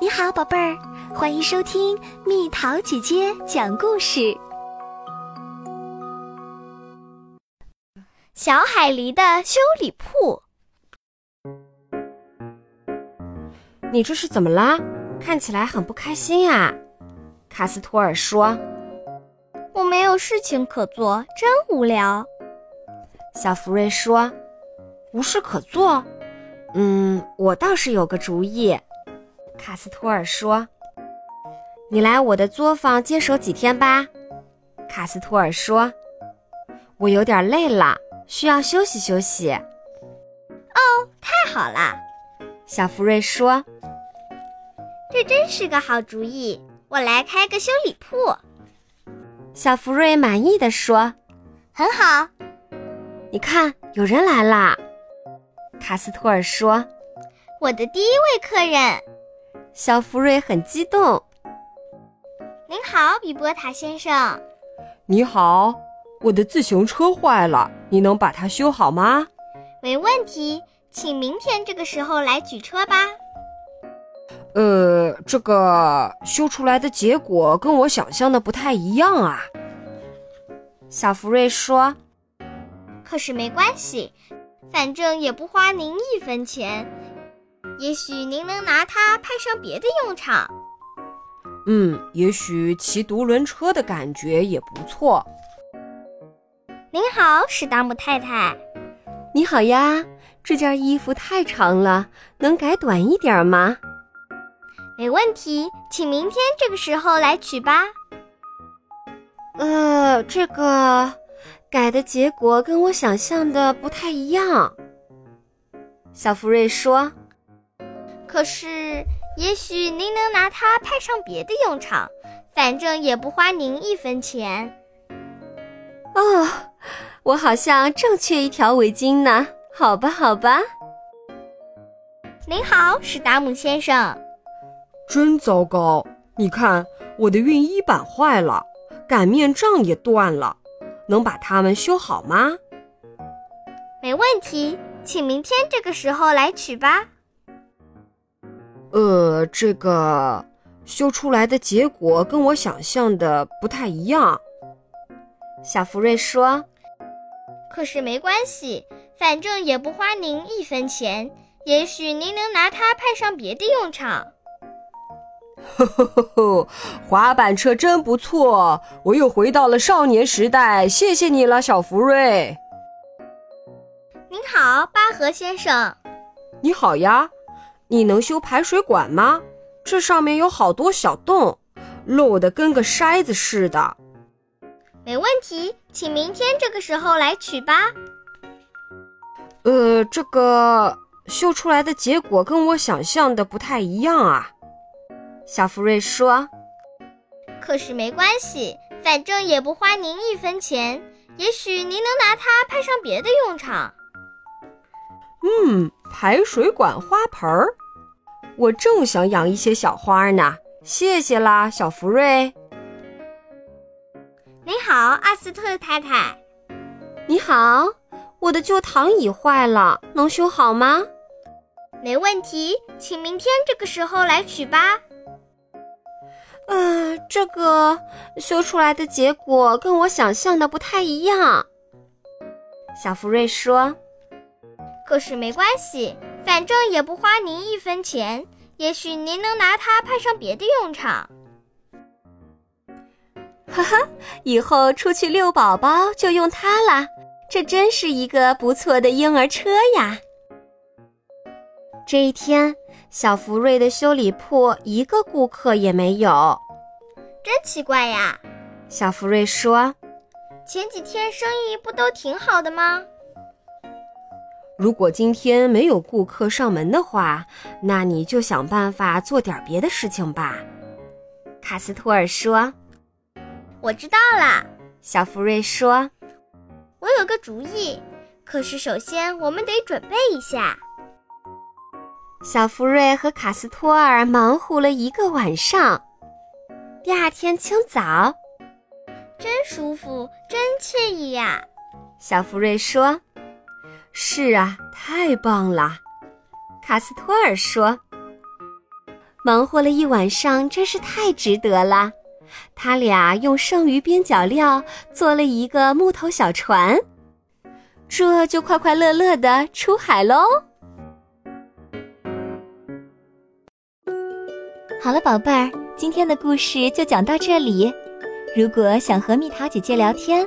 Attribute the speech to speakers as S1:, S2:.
S1: 你好，宝贝儿，欢迎收听蜜桃姐姐讲故事。
S2: 小海狸的修理铺，
S3: 你这是怎么啦？看起来很不开心呀、卡斯托尔说。
S2: 我没有事情可做，真无聊。
S3: 小福瑞说：“无事可做。”嗯，我倒是有个主意。卡斯托尔说：“你来我的作坊接手几天吧。”卡斯托尔说：“我有点累了，需要休息休息。哦
S2: 太好啦，”
S3: 小福瑞说。
S2: 这真是个好主意。我来开个修理铺，
S3: 小福瑞满意的说
S2: 很好。：“
S3: 你看，有人来啦。”卡斯托尔说。
S2: 我的第一位客人，
S3: 小福瑞很激动。
S2: 您好，比波塔先生。
S3: 你好，我的自行车坏了，你能把它修好吗？
S2: 没问题，请明天这个时候来取车吧。
S3: 呃，这个修出来的结果跟我想象的不太一样啊。小福瑞说
S2: 可是没关系，反正也不花您一分钱。也许您能拿它派上别的用场。：“
S3: 嗯，也许骑独轮车的感觉也不错。
S2: 您好，史达姆太太。”
S3: 你好呀，这件衣服太长了，能改短一点吗？
S2: 没问题，请明天这个时候来取吧。
S3: 呃，这个改的结果跟我想象的不太一样。小福瑞说。
S2: 可是，也许您能拿它派上别的用场，反正也不花您一分钱。
S3: 哦，我好像正缺一条围巾呢。好吧，好吧。
S2: 您好，史达姆先生。
S3: 真糟糕！你看，我的熨衣板坏了，擀面杖也断了，能把它们修好吗？
S2: 没问题，请明天这个时候来取吧。
S3: 呃，这个修出来的结果跟我想象的不太一样。小福瑞说
S2: 可是没关系，反正也不花您一分钱。也许您能拿它派上别的用场。：“
S4: 呵呵， 滑板车真不错，我又回到了少年时代，谢谢你了，小福瑞。
S2: 您好，巴河先生。
S3: 你好呀，你能修排水管吗？这上面有好多小洞，漏得跟个筛子似的。”
S2: 没问题，请明天这个时候来取吧。
S3: 呃，这个修出来的结果跟我想象的不太一样啊。小福瑞说
S2: 可是没关系，反正也不花您一分钱。也许您能拿它派上别的用场。：“
S3: 嗯，排水管花盆儿，我正想养一些小花呢。谢谢啦，小福瑞。
S2: 您好，阿斯特太太。
S3: 你好，我的旧躺椅坏了，能修好吗？
S2: 没问题，请明天这个时候来取吧。
S3: 呃，这个修出来的结果跟我想象的不太一样。”小福瑞说。
S2: 可是没关系，反正也不花您一分钱。也许您能拿它派上别的用场。
S3: 以后出去遛宝宝就用它啦，这真是一个不错的婴儿车呀。这一天，小福瑞的修理铺一个顾客也没有。
S2: 真奇怪呀，
S3: 小福瑞说
S2: 前几天生意不都挺好的吗？：“
S3: 如果今天没有顾客上门的话，那你就想办法做点别的事情吧。”卡斯托尔说
S2: 我知道啦，：“
S3: 小福瑞说，
S2: 我有个主意。可是首先我们得准备一下。
S3: 小福瑞和卡斯托尔忙活了一个晚上。第二天清早，
S2: 真舒服，真惬意呀、
S3: 小福瑞说：“是啊，太棒了。”卡斯托尔说：“
S5: 忙活了一晚上，真是太值得啦！他俩用剩余边角料做了一个木头小船，这就快快乐乐的出海喽。
S3: 好了，宝贝儿，今天的故事就讲到这里。如果想和蜜桃姐姐聊天，